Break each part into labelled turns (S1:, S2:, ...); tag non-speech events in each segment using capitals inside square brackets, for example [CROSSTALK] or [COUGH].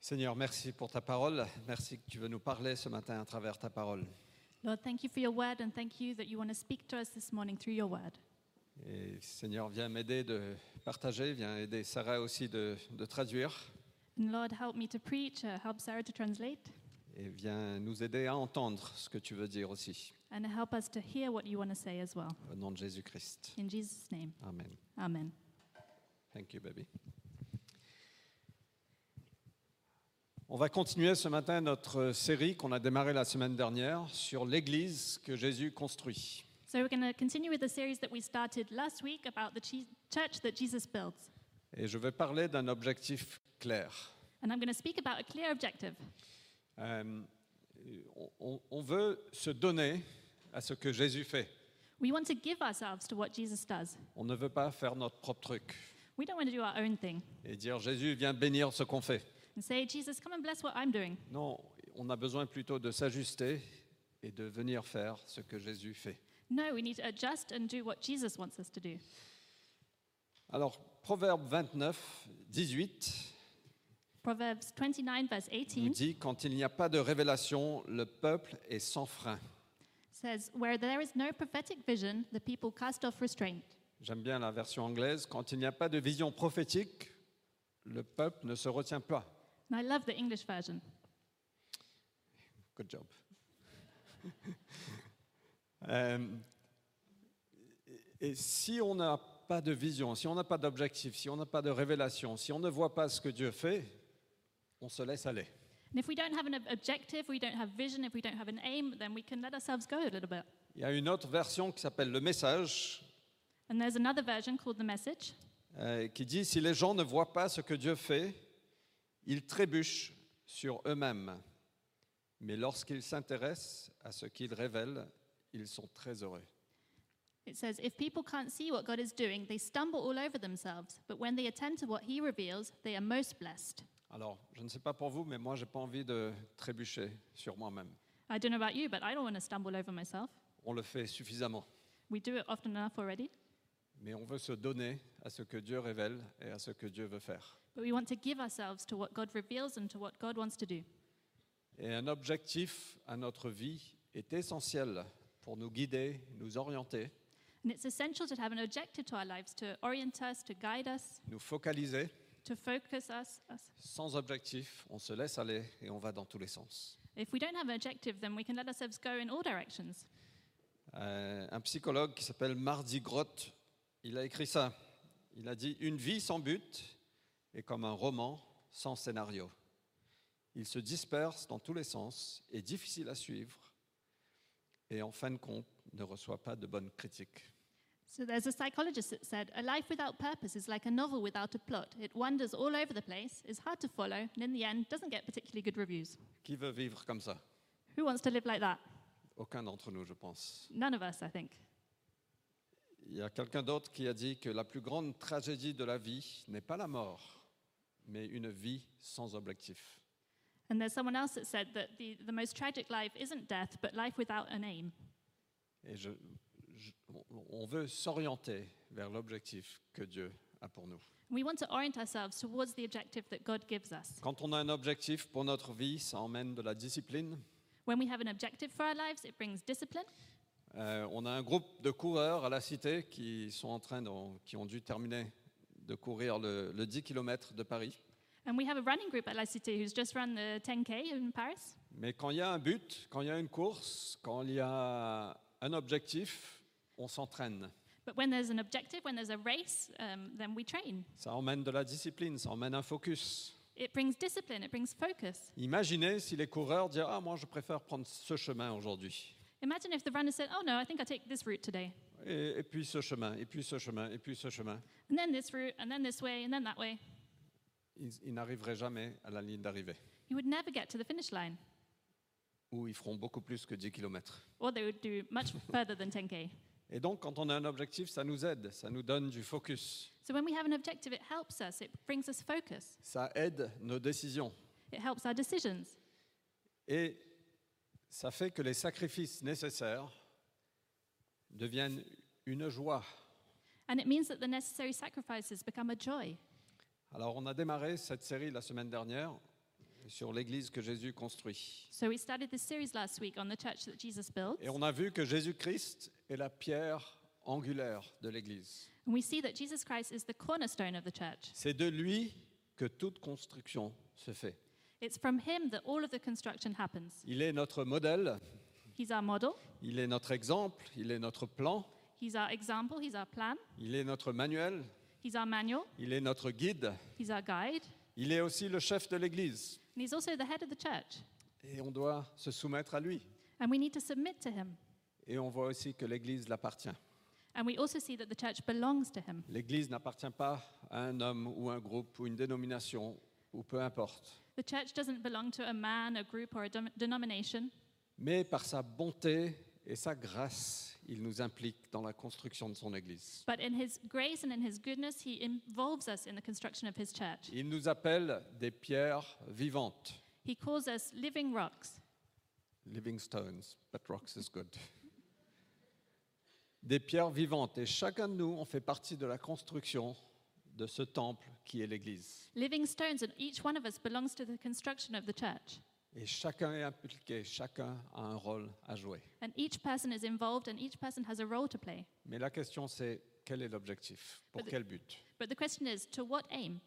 S1: Seigneur, merci pour ta parole. Merci que tu veux nous parler ce matin à travers ta parole.
S2: Lord, thank you for your word and thank you that you want to speak to us this morning through your word.
S1: Et Seigneur, viens m'aider de partager, viens aider Sarah aussi de, de traduire
S2: And Lord, help me to preach, uh, help Sarah to translate,
S1: et viens nous aider à entendre ce que tu veux dire aussi.
S2: and help us to hear what you want to say as well.
S1: Au nom de Jésus-Christ.
S2: In Jesus' name,
S1: Amen.
S2: amen.
S1: Thank you, baby. On va continuer ce matin notre série qu'on a démarrée la semaine dernière sur l'Église que Jésus construit.
S2: So, we're going to continue with the series that we started last week about the che- church that Jesus builds.
S1: Et je vais parler d'un objectif clair.
S2: And I'm going to speak about a clear objective.
S1: Euh, on- on, on veut se donner à ce que Jésus fait.
S2: We want to give ourselves to what Jesus does.
S1: On ne veut pas faire notre propre truc
S2: We don't want to do our own thing
S1: et dire Jésus, viens bénir ce qu'on fait.
S2: and say, Jesus, come and bless what I'm doing.
S1: Non, on a besoin plutôt de s'ajuster et de venir faire ce que Jésus fait.
S2: No, we need to adjust and do what Jesus wants us to do.
S1: Alors, Proverbe 29, 18
S2: Proverbs 29, verse
S1: nous
S2: 18
S1: dit Quand il n'y a pas de révélation, le peuple est sans frein.
S2: says, Where there is no prophetic vision, the people cast off restraint.
S1: J'aime bien la version anglaise Quand il n'y a pas de vision prophétique, le peuple ne se retient pas.
S2: And I love the English version.
S1: Good job. [LAUGHS] Euh, et et si on n'a pas de vision, si on n'a pas d'objectif, si on n'a pas de révélation, si on ne voit pas ce que Dieu fait, on se laisse aller.
S2: And if we don't have an ob- objective, we don't have vision, if we don't have an aim, then we can let ourselves go a little bit.
S1: Il y a une autre version qui s'appelle le message,
S2: And there's another version called The Message
S1: euh, qui dit, si les gens ne voient pas ce que Dieu fait, ils trébuchent sur eux-mêmes. Mais lorsqu'ils s'intéressent à ce qu'il révèle, ils sont très heureux.
S2: It says, If people can't see what God is doing, they stumble all over themselves. But when they attend to what He reveals, they are most blessed.
S1: Alors, je ne sais pas pour vous, mais moi, j'ai pas envie de trébucher sur moi-même.
S2: I don't know about you, but I don't want to stumble over myself.
S1: On le fait suffisamment,
S2: We do it often enough already.
S1: mais on veut se donner à ce que Dieu révèle et à ce que Dieu veut faire.
S2: But we want to give ourselves to what God reveals and to what God wants to do.
S1: Et un objectif à notre vie est essentiel pour nous guider, nous orienter,
S2: And it's essential to have an objective to our lives to orient us, to guide us,
S1: nous focaliser.
S2: to focus us. us.
S1: Sans objectif, on se laisse aller et on va dans tous les sens.
S2: If we don't have an objective, then we can let ourselves go in all directions.
S1: Euh, un psychologue qui s'appelle Mardi Grotte, il a écrit ça. Il a dit Une vie sans but est comme un roman sans scénario. Il se disperse dans tous les sens, est difficile à suivre et en fin de compte ne reçoit pas de bonnes critiques.
S2: So there's a psychologist that said, A life without purpose is like a novel without a plot. It wanders all over the place, is hard to follow, and in the end, doesn't get particularly good reviews.
S1: Qui veut vivre comme ça
S2: Who wants to live like that?
S1: Aucun d'entre nous, je pense.
S2: None of us, I think.
S1: Il y a quelqu'un d'autre qui a dit que la plus grande tragédie de la vie n'est pas la mort, mais une vie sans objectif.
S2: And there's someone else that said that the, the most tragic life isn't death, but life without an aim.
S1: Et je- je- on- on veut s'orienter vers l'objectif que Dieu a pour nous.
S2: We want to orient ourselves towards the objective that God gives us.
S1: Quand on a un objectif pour notre vie, ça emmène de la discipline.
S2: When we have an objective for our lives, it brings discipline.
S1: Euh, on a un groupe de coureurs à la cité qui sont en train de- qui ont dû terminer de courir le, le 10 km de Paris.
S2: And we have a running group at La Cité who's just run the 10K in Paris.
S1: Mais quand il y a un but, quand il y a une course, quand il y a un objectif, on s'entraîne.
S2: But when there's an objective, when there's a race, um, then we train.
S1: Ça emmène de la discipline, ça emmène un focus.
S2: It brings discipline, it brings focus.
S1: Imaginez si les coureurs disaient Ah, moi, je préfère prendre ce chemin aujourd'hui.
S2: Imagine if the runner said, Oh no, I think I'll take this route today,
S1: Et, et puis ce chemin, et puis ce chemin, et puis ce chemin.
S2: and then this route, and then this way, and then that way.
S1: Ils, ils n'arriveraient jamais à la ligne d'arrivée,
S2: You would never get to the finish line,
S1: où ils feront beaucoup plus que 10 km.
S2: or they would do much [LAUGHS] further than 10K.
S1: Et donc, quand on a un objectif, ça nous aide, ça nous donne du focus,
S2: So when we have an objective, it helps us, it brings us focus,
S1: ça aide nos décisions.
S2: it helps our decisions.
S1: Et ça fait que les sacrifices nécessaires deviennent une joie.
S2: And it means that the necessary sacrifices become a joy.
S1: Alors, on a démarré cette série la semaine dernière sur l'Église que Jésus construit.
S2: So we started this series last week on the church that Jesus built.
S1: Et on a vu que Jésus-Christ est la pierre angulaire de l'Église.
S2: And we see that Jesus Christ is the cornerstone of the church.
S1: C'est de lui que toute construction se fait.
S2: It's from him that all of the construction happens.
S1: Il est notre modèle,
S2: He's our model,
S1: il est notre exemple, il est notre plan,
S2: he's our example, he's our plan,
S1: il est notre manuel,
S2: he's our manual,
S1: il est notre guide,
S2: he's our guide,
S1: il est aussi le chef de l'Église.
S2: and he's also the head of the church.
S1: Et on doit se soumettre à lui.
S2: And we need to submit to him.
S1: Et on voit aussi que l'Église l'appartient.
S2: And we also see that the church belongs to him.
S1: L'Église n'appartient pas à un homme ou un groupe ou une dénomination ou peu importe.
S2: The church doesn't belong to a man, a group, or a dem- denomination,
S1: Mais par sa bonté et sa grâce, il nous implique dans la construction de son Église.
S2: but in his grace and in his goodness, he involves us in the construction of his church.
S1: Il nous appelle des pierres vivantes.
S2: He calls us living rocks,
S1: Living stones, but rocks is good. Des pierres vivantes. Et chacun de nous, on fait partie de la construction de ce temple qui est l'Église.
S2: living stones, and each one of us belongs to the construction of the church.
S1: Et chacun est impliqué, chacun a un rôle à jouer.
S2: And each person is involved, and each person has a role to play.
S1: Mais la question, c'est quel est l'objectif Pour
S2: Peut-
S1: quel but
S2: But the question is, to what aim?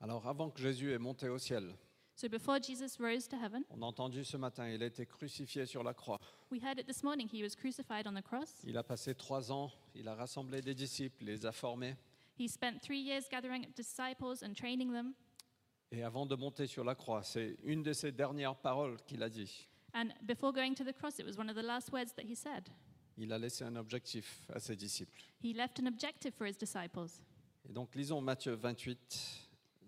S1: Alors, avant que Jésus est monté au ciel,
S2: So before Jesus rose to heaven,
S1: on a entendu ce matin, il a été crucifié sur la croix.
S2: we heard it this morning, he was crucified on the cross.
S1: Il a passé trois ans, il a rassemblé des disciples, les a formés.
S2: He spent three years gathering up disciples and training them.
S1: Et avant de monter sur la croix, c'est une de ses dernières paroles qu'il a dit.
S2: And before going to the cross, it was one of the last words that he said.
S1: Il a laissé un objectif à ses disciples.
S2: He left an objective for his disciples.
S1: Et donc, lisons Matthieu 28,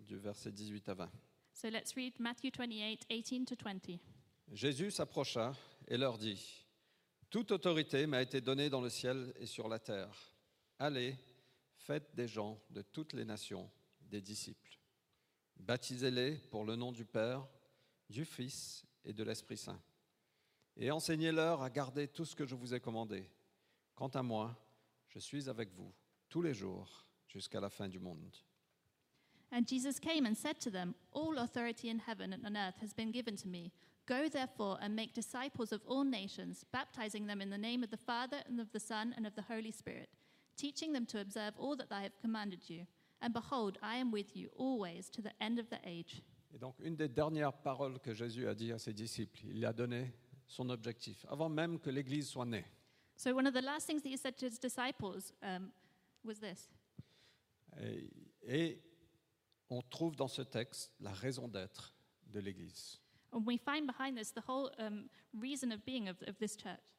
S1: du verset 18 à 20.
S2: So let's read Matthew 28, 18 to 20.
S1: Jésus s'approcha et leur dit, Toute autorité m'a été donnée dans le ciel et sur la terre. Allez, faites des gens de toutes les nations, des disciples. Baptisez-les pour le nom du Père, du Fils et de l'Esprit Saint. Et enseignez-leur à garder tout ce que je vous ai commandé. Quant à moi, je suis avec vous tous les jours jusqu'à la fin du monde.
S2: And Jesus came and said to them, All authority in heaven and on earth has been given to me. Go therefore and make disciples of all nations, baptizing them in the name of the Father and of the Son and of the Holy Spirit, teaching them to observe all that I have commanded you. And behold, I am with you always to the end of the age.
S1: Et donc, une des dernières paroles que Jésus a dit à ses disciples, il a donné son objectif, avant même que l'Église soit née.
S2: So, one of the last things that he said to his disciples um, was this.
S1: Et, et on trouve dans ce texte la raison d'être de l'Église.
S2: And we find behind this the whole um, reason of being of, of this church.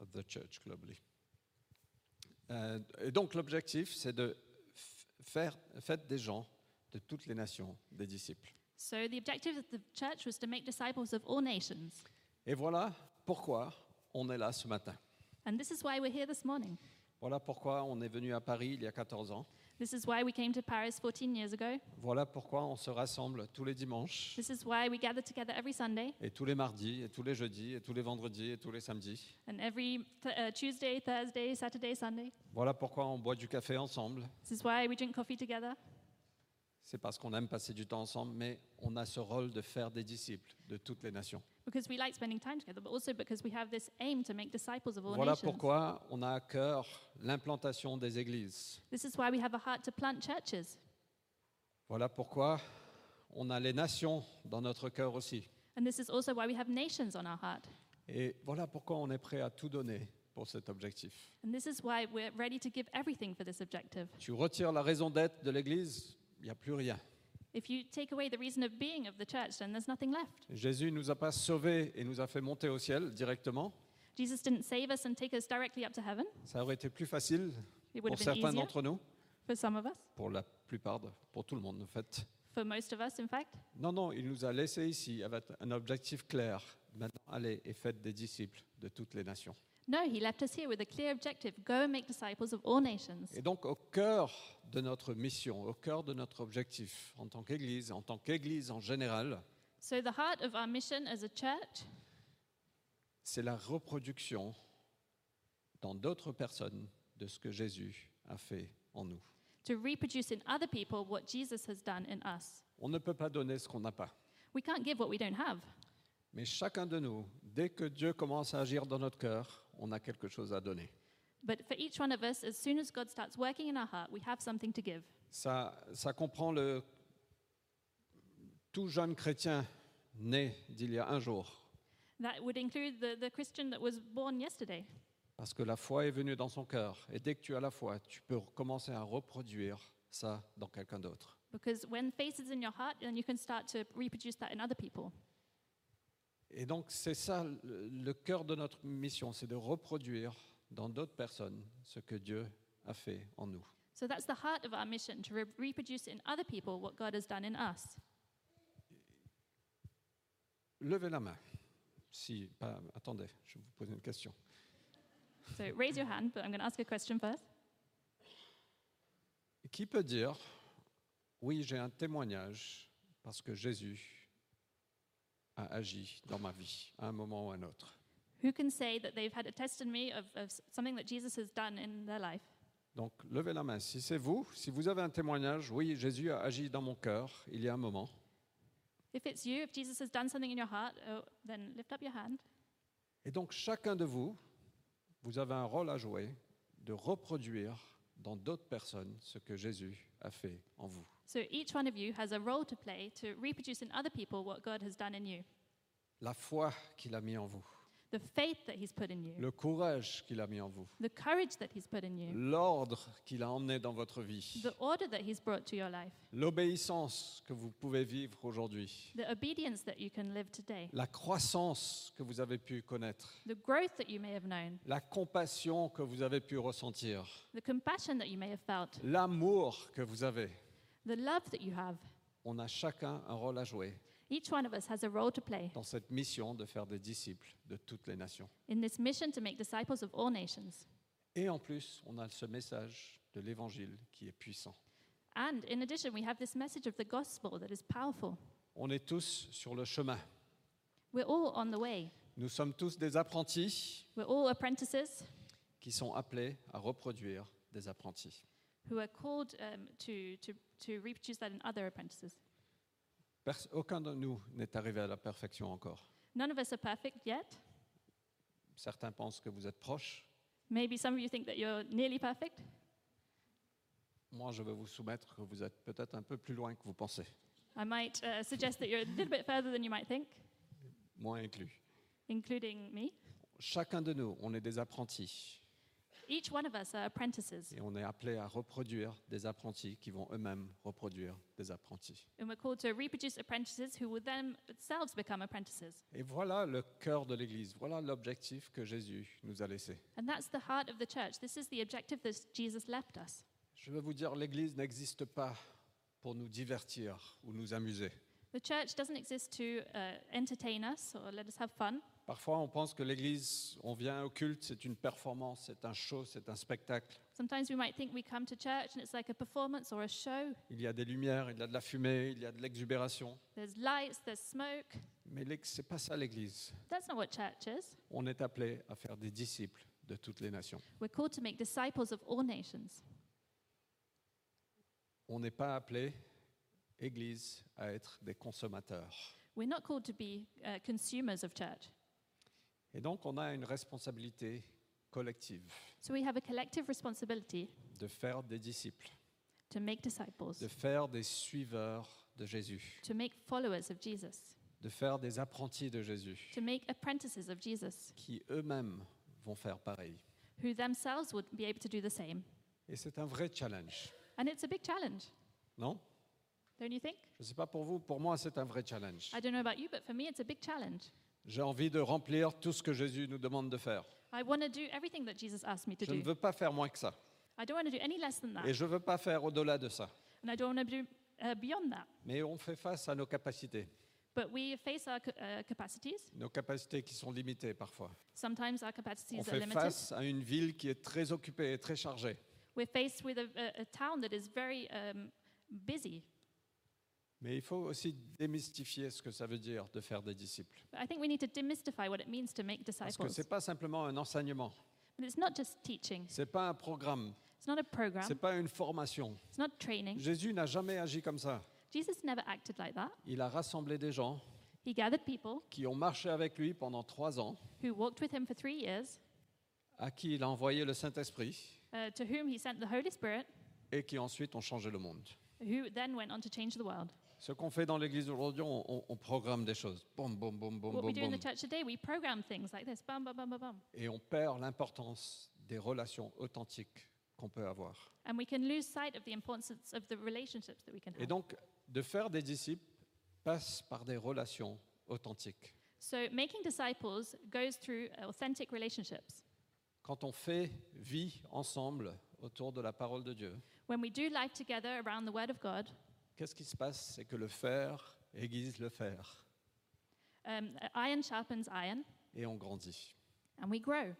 S1: of the church globally. Euh, et donc l'objectif, c'est de f- faire faites des gens de toutes les nations, des disciples.
S2: So, the objective of the church was to make disciples of all nations.
S1: Et voilà pourquoi on est là ce matin.
S2: And this is why we're here this morning.
S1: Voilà pourquoi on est venu à Paris il y a 14 ans.
S2: This is why we came to Paris 14 years ago.
S1: Voilà pourquoi on se rassemble tous les dimanches
S2: This is why we gather together every Sunday
S1: et tous les mardis et tous les jeudis et tous les vendredis et tous les samedis.
S2: and every th- uh, Tuesday, Thursday, Saturday, Sunday.
S1: Voilà pourquoi on boit du café ensemble.
S2: This is why we drink coffee together.
S1: C'est parce qu'on aime passer du temps ensemble, mais on a ce rôle de faire des disciples de toutes les nations.
S2: Because we like spending time together, but also because we have this aim to make disciples of all
S1: Voilà
S2: nations.
S1: pourquoi on a à cœur l'implantation des églises.
S2: This is why we have a heart to plant churches.
S1: Voilà pourquoi on a les nations dans notre cœur aussi.
S2: And this is also why we have nations on our heart.
S1: Et voilà pourquoi on est prêt à tout donner pour cet objectif.
S2: And this is why we're ready to give everything for this objective.
S1: Tu retires la raison d'être de l'église, il n'y a plus rien.
S2: If you take away the reason of being of the church, then there's nothing left.
S1: Jésus nous a pas sauvés et nous a fait monter au ciel directement.
S2: Jesus didn't save us and take us directly up to heaven.
S1: Ça aurait été plus facile
S2: It
S1: pour
S2: would have been
S1: certains
S2: easier
S1: d'entre nous,
S2: for some of us,
S1: pour la plupart, de- pour tout le monde en fait.
S2: for most of us, in fact.
S1: Non, non, il nous a laissés ici avec un objectif clair. Maintenant, allez et faites des disciples de toutes les nations.
S2: No, he left us here with a clear objective go and make disciples of all nations.
S1: Et donc au cœur de notre mission, au cœur de notre objectif en tant qu'Église, en tant qu'Église en général,
S2: So, the heart of our mission as a church
S1: c'est la reproduction dans d'autres personnes de ce que Jésus a fait en nous.
S2: to reproduce in other people what Jesus has done in us.
S1: On ne peut pas donner ce qu'on n'a pas.
S2: We can't give what we don't have.
S1: Mais chacun de nous, dès que Dieu commence à agir dans notre cœur, on a quelque chose à donner.
S2: But for each one of us, as soon as God starts working in our heart, we have something to give.
S1: Ça, ça comprend le tout jeune chrétien né d'il y a un jour,
S2: That would include the, the Christian that was born yesterday.
S1: parce que la foi est venue dans son cœur. Et dès que tu as la foi, tu peux commencer à reproduire ça dans quelqu'un d'autre.
S2: Because when faith is in your heart, then you can start to reproduce that in other people.
S1: Et donc c'est ça le, le cœur de notre mission, c'est de reproduire dans d'autres personnes ce que Dieu a fait en nous.
S2: So that's the heart of our mission to re- reproduce in other people what God has done in us.
S1: Levez la main. Si, pas- attendez, je vais vous poser une question.
S2: So raise your hand, but I'm going to ask a question first.
S1: Qui peut dire, oui, j'ai un témoignage parce que Jésus a agi dans ma vie à un moment ou à un autre.
S2: Who can say that they've had a testimony of, of s- something that Jesus has done in their life?
S1: Donc, levez la main. Si c'est vous, si vous avez un témoignage, oui, Jésus a agi dans mon cœur il y a un moment.
S2: If it's you, if Jesus has done something in your heart, oh, then lift up your hand.
S1: Et donc, chacun de vous, vous avez un rôle à jouer de reproduire dans d'autres personnes ce que Jésus a fait en vous.
S2: So each one of you has a role to play to reproduce in other people what God has done in you,
S1: La foi qu'il a mis en vous,
S2: the faith that He's put in you,
S1: le courage qu'il a mis en vous,
S2: the courage that He's put in you,
S1: l'ordre qu'il a emmené dans votre vie.
S2: the order that He's brought to your life,
S1: l'obéissance que vous pouvez vivre aujourd'hui,
S2: the obedience that you can live today,
S1: la croissance que vous avez pu connaître,
S2: the growth that you may have known,
S1: la compassion que vous avez pu ressentir,
S2: the compassion that you may have felt,
S1: l'amour que vous avez.
S2: the love that you have.
S1: On a chacun un rôle à jouer
S2: Each one of us has a role to play
S1: dans cette mission de faire des disciples de toutes les nations.
S2: in this mission to make disciples of all nations.
S1: Et en plus, on a ce message de l'Évangile qui est puissant.
S2: And in addition, we have this message of the gospel that is powerful.
S1: On est tous sur le chemin.
S2: We're all on the way.
S1: Nous sommes tous des apprentis
S2: We're all apprentices
S1: qui sont appelés à reproduire des apprentis.
S2: who are called um, to, to, to reproduce that in other apprentices.
S1: Pers- Aucun de nous n'est arrivé à la perfection encore.
S2: None of us are perfect yet.
S1: Certains pensent que vous êtes proche.
S2: Maybe some of you think that you're nearly perfect.
S1: Moi, je veux vous soumettre que vous êtes peut-être un peu plus loin que vous pensez,
S2: I might uh, suggest that you're a little bit further than you might think,
S1: moi inclus.
S2: including me.
S1: Chacun de nous, on est des apprentis
S2: Each one of us are apprentices,
S1: et on est appelé à reproduire des apprentis qui vont eux-mêmes reproduire des apprentis.
S2: and we're called to reproduce apprentices who will themselves become apprentices.
S1: Et voilà le cœur de l'Église, voilà l'objectif que Jésus nous a laissé.
S2: And that's the heart of the church. This is the objective that Jesus left us.
S1: Je veux vous dire, l'Église n'existe pas pour nous divertir ou nous amuser.
S2: The church doesn't exist to uh, entertain us or let us have fun.
S1: Parfois, on pense que l'Église, on vient au culte, c'est une performance, c'est un show, c'est un spectacle.
S2: Sometimes we might think we come to church and it's like a performance or a show.
S1: Il y a des lumières, il y a de la fumée, il y a de l'exubération.
S2: There's lights, there's smoke.
S1: Mais l'ex- c'est pas ça l'Église.
S2: That's not what church is.
S1: On est appelé à faire des disciples de toutes les nations.
S2: We're called to make disciples of all nations.
S1: On n'est pas appelé, Église, à être des consommateurs.
S2: We're not called to be uh, consumers of church.
S1: Et donc, on a une responsabilité collective
S2: So we have a collective responsibility
S1: de faire des disciples,
S2: to make disciples,
S1: de faire des suiveurs de Jésus,
S2: to make followers of Jesus,
S1: de faire des apprentis de Jésus,
S2: to make apprentices of Jesus,
S1: qui eux-mêmes vont faire pareil.
S2: who themselves would be able to do the same.
S1: Et c'est un vrai challenge,
S2: And it's a big challenge,
S1: non
S2: don't you think?
S1: Je ne sais pas pour vous, pour moi, c'est un vrai challenge.
S2: I don't know about you, but for me, it's a big challenge.
S1: J'ai envie de remplir tout ce que Jésus nous demande de faire.
S2: I want to do everything that Jesus asked me to
S1: Je ne
S2: do.
S1: veux pas faire moins que ça.
S2: I don't want to do any less than that,
S1: Et je ne veux pas faire au-delà de ça.
S2: and I don't want to do uh, beyond that.
S1: Mais on fait face à nos capacités,
S2: But we face our ca- uh, capacities.
S1: nos capacités qui sont limitées parfois.
S2: Sometimes our
S1: On
S2: capacities are
S1: fait
S2: limited.
S1: face à une ville qui est très occupée et très chargée.
S2: We're faced with a, a, a town that is very um, busy.
S1: Mais il faut aussi démystifier ce que ça veut dire de faire des disciples.
S2: But I think we need to demystify what it means to make
S1: Parce que
S2: disciples.
S1: ce n'est pas simplement un enseignement,
S2: But it's not just teaching.
S1: ce n'est pas un programme,
S2: It's not a
S1: ce
S2: program.
S1: n'est pas une formation.
S2: It's not training.
S1: Jésus n'a jamais agi comme ça.
S2: Jesus never acted like that.
S1: Il a rassemblé des gens
S2: He gathered people
S1: qui ont marché avec lui pendant trois ans,
S2: who walked with him for three years,
S1: à qui il a envoyé le Saint-Esprit
S2: uh, to whom he sent the Holy Spirit,
S1: et qui ensuite ont changé le monde.
S2: who then went on to change the world.
S1: Ce qu'on fait dans l'Église aujourd'hui, on, on- on programme des choses. Boum, boum, boum, boum,
S2: What
S1: boum,
S2: we do in the
S1: boum.
S2: church today, we program things like this bum, bum, bum, bum, bum.
S1: Et on perd l'importance des relations authentiques qu'on peut avoir.
S2: And we can lose sight of the importance of the relationships that we can
S1: Et
S2: have.
S1: donc, de faire des disciples passe par des relations authentiques.
S2: so, making disciples goes through authentic relationships.
S1: Quand on fait vie ensemble autour de la parole de Dieu,
S2: When we do life together around the Word of God,
S1: qu'est-ce qui se passe C'est que le faire aiguise le faire
S2: um, iron sharpens iron,
S1: et on grandit.
S2: and we grow.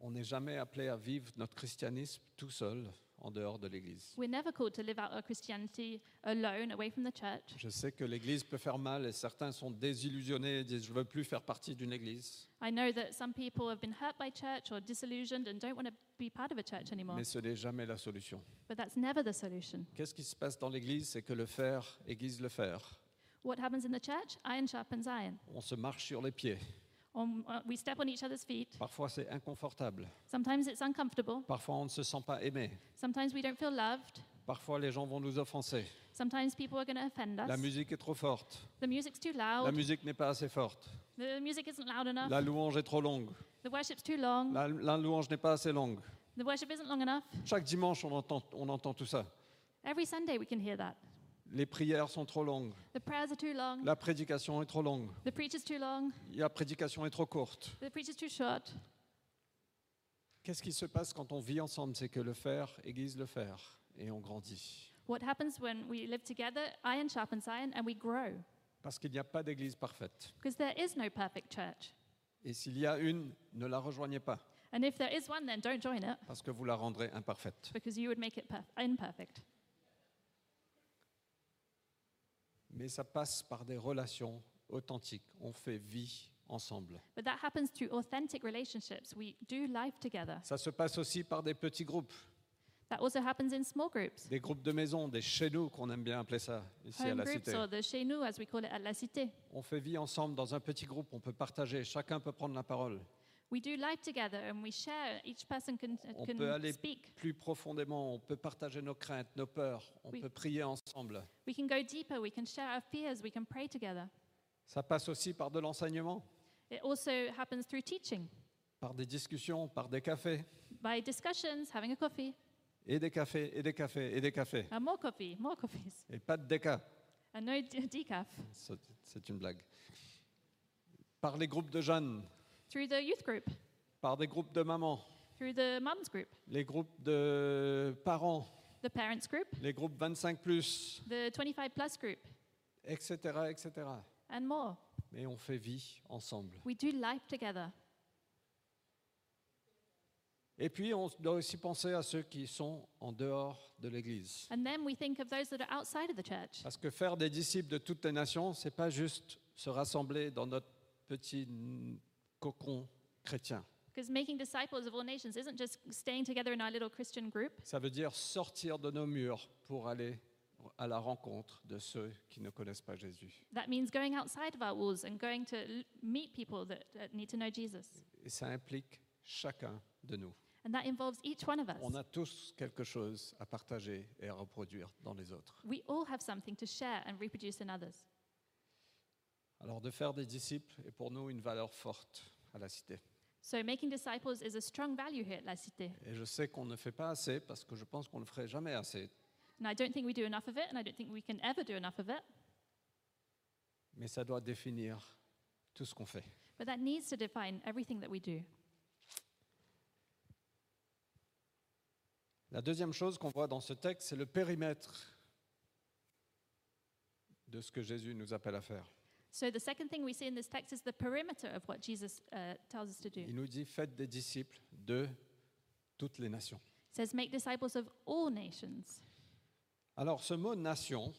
S1: On n'est jamais appelé à vivre notre christianisme tout seul en dehors de l'Église.
S2: We're never called to live out our Christianity alone, away from the church.
S1: Je sais que l'Église peut faire mal et certains sont désillusionnés et disent je veux plus faire partie d'une Église.
S2: I know that some people have been hurt by church or disillusioned and don't want to be part of a church anymore,
S1: Mais ce n'est jamais la solution.
S2: but that's never the solution.
S1: Qu'est-ce qui se passe dans l'Église C'est que le faire aiguise le faire.
S2: What happens in the church? Iron sharpens iron.
S1: On se marche sur les pieds.
S2: On, uh, we step on each other's feet.
S1: Parfois c'est inconfortable.
S2: Sometimes it's uncomfortable.
S1: Parfois on ne se sent pas aimé.
S2: Sometimes we don't feel loved.
S1: Parfois les gens vont nous offenser.
S2: Sometimes people are going to offend us.
S1: La musique est trop forte.
S2: the music's too
S1: La
S2: loud.
S1: musique n'est pas assez forte.
S2: the music isn't loud enough.
S1: La louange est trop longue.
S2: the worship's too long.
S1: La, la louange n'est pas assez longue.
S2: the worship isn't long enough.
S1: Chaque dimanche on entend, on entend tout ça.
S2: Every Sunday we can hear that.
S1: Les prières sont trop longues.
S2: The prayers are too long.
S1: La prédication est trop longue.
S2: the preacher's too long.
S1: La prédication est trop courte.
S2: The preacher's too short.
S1: Qu'est-ce qui se passe quand on vit ensemble C'est que le faire aiguise le faire et on grandit.
S2: What happens when we live together? Iron sharpens iron and we grow.
S1: Parce qu'il n'y a pas d'église parfaite.
S2: Because there is no perfect church.
S1: Et s'il y a une, ne la rejoignez pas
S2: And if there is one, then don't join it
S1: parce que vous la rendrez imparfaite.
S2: because you would make it perf- imperfect.
S1: Mais ça passe par des relations authentiques. On fait vie ensemble.
S2: But that happens through authentic relationships. We do life together.
S1: Ça se passe aussi par des petits groupes,
S2: That also happens in small groups,
S1: des groupes de maison, des chez nous qu'on aime bien appeler ça ici à
S2: home
S1: la
S2: groups
S1: cité.
S2: or the chez nous, as we call it at La Cité.
S1: On fait vie ensemble dans un petit groupe, on peut partager, chacun peut prendre la parole.
S2: We do life together and we share. Each person can, uh,
S1: On
S2: can
S1: peut aller
S2: speak.
S1: plus profondément, on peut partager nos craintes, nos peurs, on
S2: Oui.
S1: peut prier ensemble.
S2: We can go deeper. We can share our fears. We can pray together.
S1: Ça passe aussi par de l'enseignement,
S2: It also happens through teaching,
S1: par des discussions, par des cafés,
S2: by discussions, having a coffee,
S1: et des cafés, et des cafés, et des cafés.
S2: and more coffee, more coffees, [LAUGHS]
S1: Et pas de déca,
S2: and no d- decaf.
S1: Ça, c'est une blague. Par les groupes de jeunes,
S2: Through the youth group,
S1: par des groupes de mamans,
S2: through the mums group,
S1: les groupes de parents,
S2: the parents group,
S1: les groupes 25 plus,
S2: the 25 plus group,
S1: etc., etc.
S2: and more.
S1: Mais on fait vie ensemble.
S2: We do life together.
S1: Et puis, on doit aussi penser à ceux qui sont en dehors de l'Église.
S2: And then we think of those that are outside of the church.
S1: Parce que faire des disciples de toutes les nations, c'est pas juste se rassembler dans notre petit n- cocon chrétien.
S2: Because making disciples of all nations isn't just staying together in our little Christian group,
S1: Ça veut dire sortir de nos murs pour aller à la rencontre de ceux qui ne connaissent pas Jésus.
S2: that means going outside of our walls and going to l- meet people that, that need to know Jesus.
S1: Et ça implique chacun de nous.
S2: And that involves each one of us.
S1: On a tous quelque chose à partager et à reproduire dans les autres.
S2: We all have something to share and reproduce in others.
S1: Alors de faire des disciples est pour nous une valeur forte à la cité.
S2: So making disciples is a strong value here at La Cité.
S1: Et je sais qu'on ne fait pas assez parce que je pense qu'on ne ferait jamais assez.
S2: And I don't think we do enough of it, and I don't think we can ever do enough of it.
S1: Mais ça doit définir tout ce qu'on fait.
S2: But that needs to define everything that we do.
S1: La deuxième chose qu'on voit dans ce texte, c'est le périmètre de ce que Jésus nous appelle à faire.
S2: So the second thing we see in this text is the perimeter of what Jesus uh, tells us to do.
S1: Il nous dit faites des disciples de toutes les nations.
S2: It says, make disciples of all nations.
S1: Alors ce mot nation,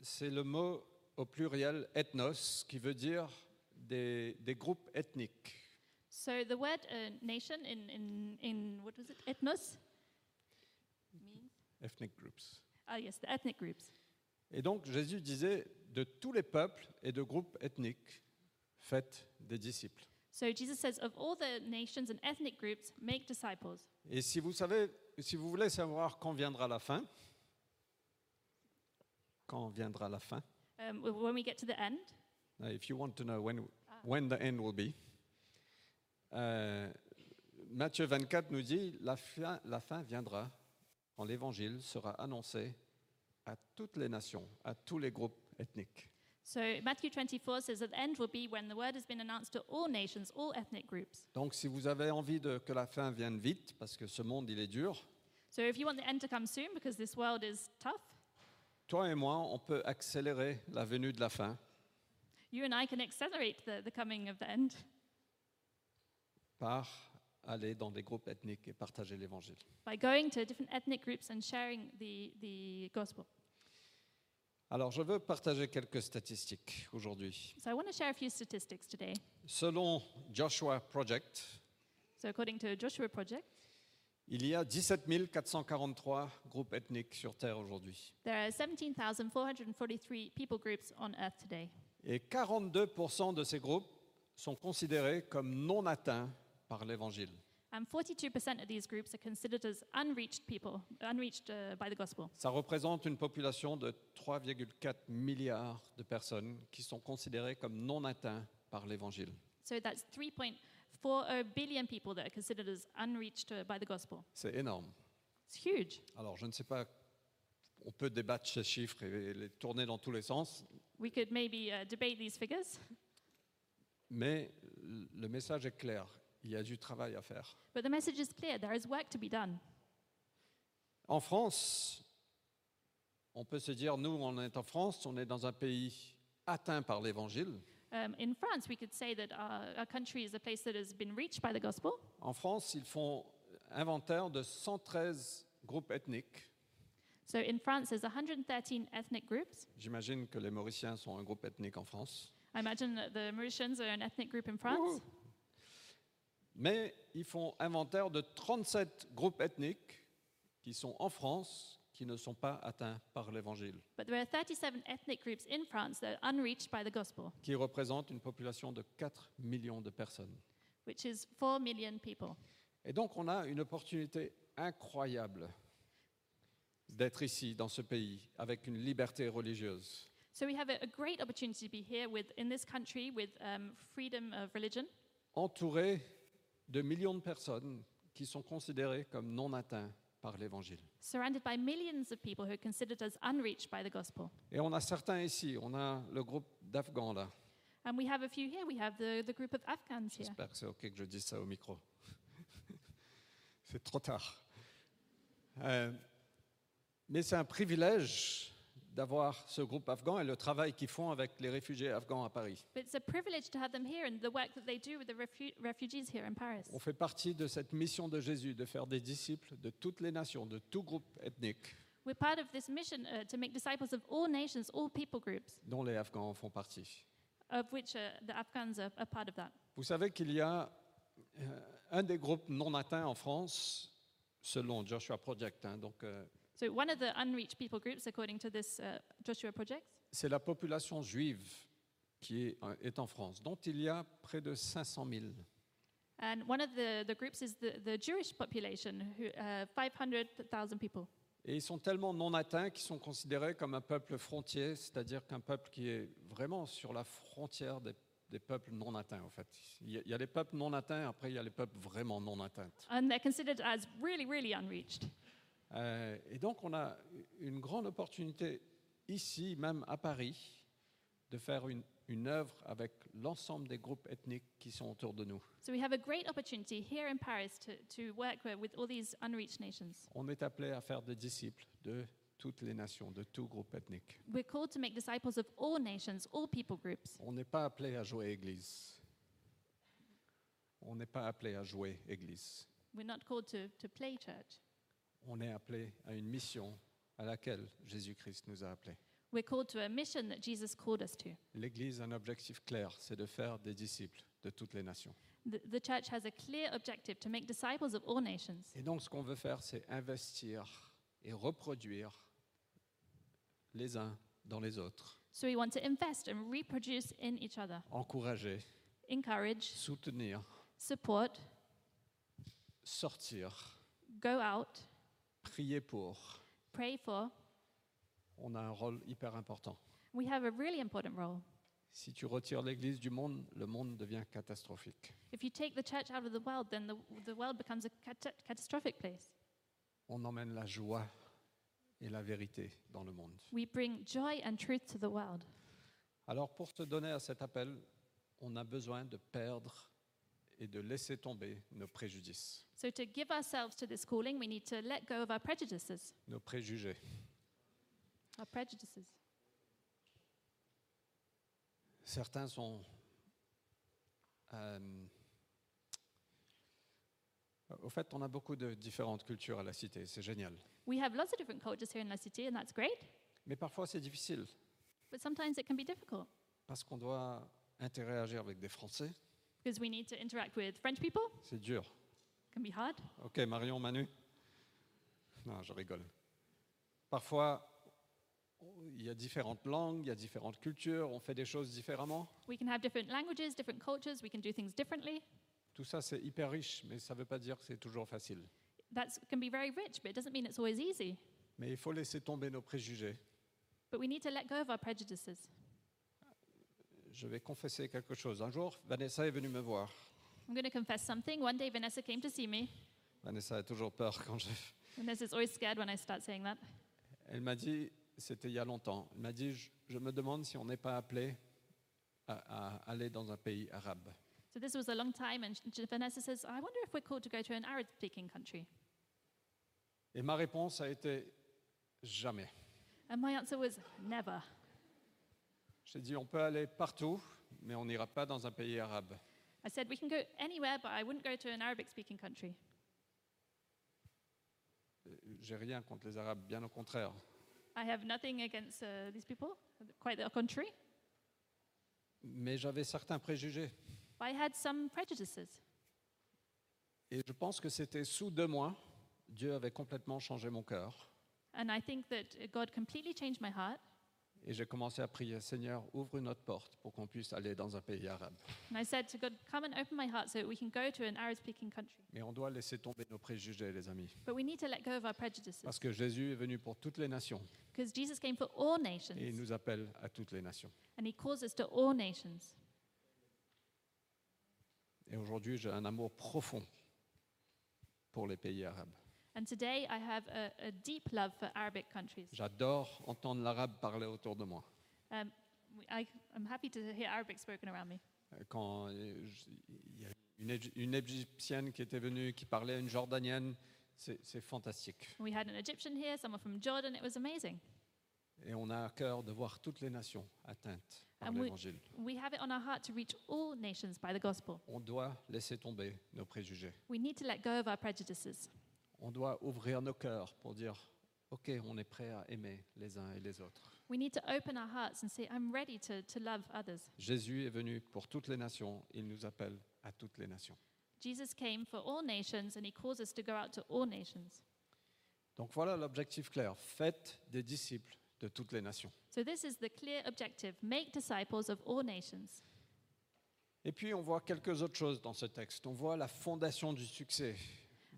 S1: c'est le mot au pluriel ethnos qui veut dire des, des groupes ethniques.
S2: So the word uh, nation in, in, in, what was it, ethnos?
S1: Ethnic groups.
S2: Ah, yes, the ethnic groups.
S1: Et donc Jésus disait, de tous les peuples et de groupes ethniques, faites des disciples.
S2: So Jesus says, of all the nations and ethnic groups, make disciples.
S1: Et si vous, savez, si vous voulez savoir quand viendra la fin, quand viendra la fin,
S2: Um, w- when we get to the end,
S1: uh, if you want to know when, when the end will be, euh, Matthieu 24 nous dit, la fin, la fin viendra quand l'évangile sera annoncé à toutes les nations, à tous les groupes ethniques.
S2: so Matthew 24 says that the end will be when the word has been announced to all nations, all ethnic groups.
S1: Donc si vous avez envie de, que la fin vienne vite, parce que ce monde, il est dur,
S2: So if you want the end to come soon, because this world is tough,
S1: toi et moi, on peut accélérer la venue de la fin
S2: you and I can accelerate the, the coming of the end
S1: par aller dans des groupes ethniques et partager l'évangile.
S2: by going to different ethnic groups and sharing the, the gospel.
S1: Alors, je veux partager quelques statistiques aujourd'hui.
S2: So I want to share a few statistics today.
S1: Selon Joshua Project,
S2: So according to Joshua Project,
S1: il y a 17 443 groupes ethniques sur Terre aujourd'hui.
S2: there are 17,443 people groups on earth today.
S1: Et 42% de ces groupes sont considérés comme non atteints par l'évangile.
S2: And 42% Um, of these groups are considered as unreached people, unreached uh, by the gospel.
S1: Ça représente une population de 3,4 milliards de personnes qui sont considérées comme non atteints par l'évangile.
S2: So that's 3.40 billion people that are considered as unreached uh, by the gospel.
S1: C'est énorme.
S2: It's huge.
S1: Alors, je ne sais pas, on peut débattre ces chiffres et les tourner dans tous les sens,
S2: We could maybe uh, debate these figures,
S1: mais le message est clair. Il y a du travail à faire.
S2: but the message is clear there is work to be done.
S1: En France, on peut se dire, nous, on est en France, on est dans un pays atteint par l'Évangile.
S2: Um, in France, we could say that our, our country is a place that has been reached by the gospel.
S1: En France, ils font inventaire de 113 groupes ethniques.
S2: So in France, there's 113 ethnic groups.
S1: J'imagine que les Mauriciens sont un groupe ethnique en France.
S2: I imagine that the Mauritians are an ethnic group in France.
S1: Mais ils font inventaire de 37 groupes ethniques qui sont en France, qui ne sont pas atteints par l'Évangile,
S2: But there are 37 ethnic groups in France that are unreached by the gospel,
S1: qui représentent une population de 4 millions de personnes.
S2: which is 4 million people.
S1: Et donc on a une opportunité incroyable d'être ici, dans ce pays, avec une liberté religieuse,
S2: So we have a, a great opportunity to be here with, in this country with um, freedom of religion,
S1: entourée de millions de personnes qui sont considérées comme non atteintes par l'Évangile.
S2: surrounded by millions of people who are considered as unreached by the gospel.
S1: Et on a certains ici, on a le groupe d'Afghans là.
S2: And we have a few here. We have the, the group of Afghans here.
S1: J'espère que c'est OK que je dise ça au micro. [LAUGHS] c'est trop tard. Euh, mais c'est un privilège d'avoir ce groupe afghan et le travail qu'ils font avec les réfugiés afghans à Paris.
S2: But it's a privilege to have them here and the work that they do with the refu- refugees here in Paris.
S1: On fait partie de cette mission de Jésus de faire des disciples de toutes les nations, de tout groupe ethnique,
S2: We're part of this mission uh, to make disciples of all nations, all people groups,
S1: dont les Afghans font partie.
S2: of which uh, the Afghans are, are part of that.
S1: Vous savez qu'il y a euh, un des groupes non atteints en France, selon Joshua Project, hein, donc euh,
S2: So one of the unreached people groups, according to this uh, Joshua project,
S1: c'est la population juive qui est, euh, est en France, dont il y a près de 500 000.
S2: and one of the, the groups is the, the Jewish population, who, uh, 500,000 people.
S1: Et ils sont tellement non atteints qu'ils sont considérés comme un peuple frontier, c'est-à-dire qu'un peuple qui est vraiment sur la frontière des, des peuples non atteints, en fait. Il y a- il y a les peuples non atteints, après il y a les peuples vraiment non atteints.
S2: And they're considered as really, really unreached.
S1: Euh, et donc, on a une grande opportunité ici, même à Paris, de faire une, une œuvre avec l'ensemble des groupes ethniques qui sont autour de nous.
S2: So we have a great opportunity here in Paris to, to work wi- with all these unreached nations.
S1: On est appelé à faire des disciples de toutes les nations, de tout groupe ethnique.
S2: We're called to make disciples of all nations, all people groups.
S1: On n'est pas appelé à jouer Église. On n'est pas appelé à jouer Église.
S2: We're not called to, to play church.
S1: On est appelé à une mission à laquelle Jésus-Christ nous a appelés.
S2: We're called to a mission that Jesus called us to.
S1: L'Église a un objectif clair, c'est de faire des disciples de toutes les nations.
S2: The, the church has a clear objective to make disciples of all nations.
S1: Et donc, ce qu'on veut faire, c'est investir et reproduire les uns dans les autres,
S2: So we want to invest and reproduce in each other,
S1: encourager,
S2: encourage,
S1: soutenir,
S2: support,
S1: sortir,
S2: go out,
S1: prier pour.
S2: pray for.
S1: On a un rôle hyper important.
S2: We have a really important role.
S1: Si tu retires l'Église du monde, le monde devient catastrophique.
S2: If you take the church out of the world, then the, the world becomes a cat- catastrophic place.
S1: On emmène la joie et la vérité dans le monde.
S2: We bring joy and truth to the world.
S1: Alors pour te donner à cet appel, on a besoin de perdre et de laisser tomber nos préjudices,
S2: So, to give ourselves to this calling, we need to let go of our prejudices.
S1: nos préjugés.
S2: Our prejudices.
S1: Certains sont euh, au fait, on a beaucoup de différentes cultures à la cité, c'est génial.
S2: We have lots of different cultures here in La Cité, and that's great,
S1: Mais parfois c'est difficile
S2: but sometimes it can be difficult
S1: parce qu'on doit interagir avec des Français,
S2: because we need to interact with French people.
S1: c'est dur.
S2: It can be hard.
S1: Ok, Marion, Manu Non, je rigole. Parfois, il y a différentes langues, il y a différentes cultures, on fait des choses différemment.
S2: We can have different languages, different cultures, we can do things differently.
S1: Tout ça, c'est hyper riche, mais ça ne veut pas dire que c'est toujours facile.
S2: That can be very rich, but it doesn't mean it's always easy.
S1: Mais il faut laisser tomber nos préjugés.
S2: But we need to let go of our prejudices.
S1: Je vais confesser quelque chose. Un jour, Vanessa est venue me voir.
S2: I'm going to confess something. One day, Vanessa came to see me.
S1: Vanessa a toujours peur quand je...
S2: Vanessa's always scared when I start saying that.
S1: Elle m'a dit, c'était il y a longtemps, elle m'a dit, je, je me demande si on n'est pas appelé à- à aller dans un pays arabe.
S2: So this was a long time, and J- Vanessa says, I wonder if we're called to go to an Arab speaking country.
S1: Et ma réponse a été, jamais.
S2: And my answer was, never.
S1: J'ai dit, on peut aller partout, mais on n'ira pas dans un pays arabe.
S2: I said, we can go anywhere, but I wouldn't go to an Arabic speaking country.
S1: Euh, J'ai rien contre les Arabes, bien au contraire.
S2: I have nothing against uh, these people, quite the contrary.
S1: Mais j'avais certains préjugés.
S2: But I had some prejudices.
S1: Et je pense que c'était sous deux mois, Dieu avait complètement changé mon cœur.
S2: And I think that uh, God completely changed my heart.
S1: Et j'ai commencé à prier, Seigneur, ouvre une autre porte pour qu'on puisse aller dans un pays arabe.
S2: And I said to God, Come and open my heart so that we can go to an Arab speaking country.
S1: Mais on doit laisser tomber nos préjugés, les amis.
S2: But we need to let go of our prejudices
S1: Parce que Jésus est venu pour toutes les nations
S2: because Jesus came for all
S1: et il
S2: nations
S1: nous appelle à toutes les nations.
S2: and he calls us to all nations.
S1: Et aujourd'hui, j'ai un amour profond pour les pays arabes.
S2: And today I have a, a deep love for Arabic countries.
S1: J'adore entendre l'arabe parler autour de moi.
S2: Um, we- I, I'm happy to hear Arabic spoken around me.
S1: Euh, quand euh, je- il y a une, Ég- une égyptienne qui était venue, qui parlait à une jordanienne, c'est c'est fantastique.
S2: We had an Egyptian here, someone from Jordan. It was amazing.
S1: Et on a à cœur de voir toutes les nations atteintes par
S2: Ah oui.
S1: l'évangile.
S2: We have it on our heart to reach all nations by the gospel.
S1: On doit laisser tomber nos préjugés.
S2: We need to let go of our prejudices.
S1: On doit ouvrir nos cœurs pour dire Ok, on est prêt à aimer les uns et les autres.
S2: We need to open our hearts and say, I'm ready to, to love others.
S1: Jésus est venu pour toutes les nations, il nous appelle à toutes les nations.
S2: Jesus came for all nations and he calls us to go out to all nations.
S1: Donc voilà l'objectif clair faites des disciples de toutes les nations.
S2: So, this is the clear objective make disciples of all nations.
S1: Et puis on voit quelques autres choses dans ce texte. On voit la fondation du succès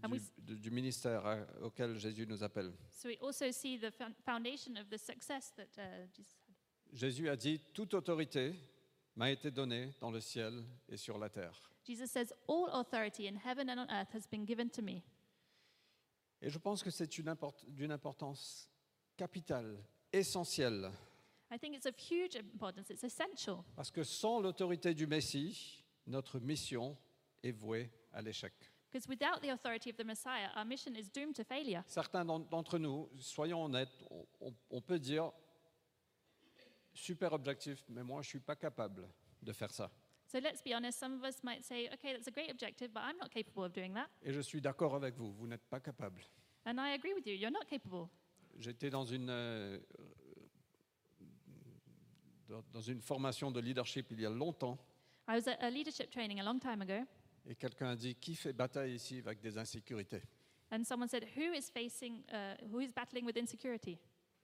S2: Ah
S1: du,
S2: oui.
S1: du- du ministère hein, auquel Jésus nous appelle.
S2: So, we also see the fo- foundation of the success that uh, Jesus had.
S1: Jésus a dit toute autorité m'a été donnée dans le ciel et sur la terre.
S2: Jesus says, All authority in heaven and on earth has been given to me.
S1: Et je pense que c'est une import- d'une importance capitale, essentielle,
S2: I think it's of huge importance, it's essential.
S1: parce que sans l'autorité du Messie, notre mission est vouée à l'échec.
S2: Because without the authority of the Messiah, our mission is doomed to failure.
S1: Certains d'en- d'entre nous, soyons honnêtes, on- on- on peut dire super objectif, mais moi je ne suis pas capable de faire ça.
S2: So let's be honest, some of us might say, okay, that's a great objective, but I'm not capable of doing that.
S1: Et je suis d'accord avec vous, vous n'êtes pas capable.
S2: And I agree with you, you're not capable.
S1: J'étais dans une, euh, dans- dans une formation de leadership il y a longtemps
S2: I was at a leadership training a long time ago,
S1: et quelqu'un a dit Qui fait bataille ici avec des insécurités
S2: and someone said, Who is facing, uh, who is battling with insecurity?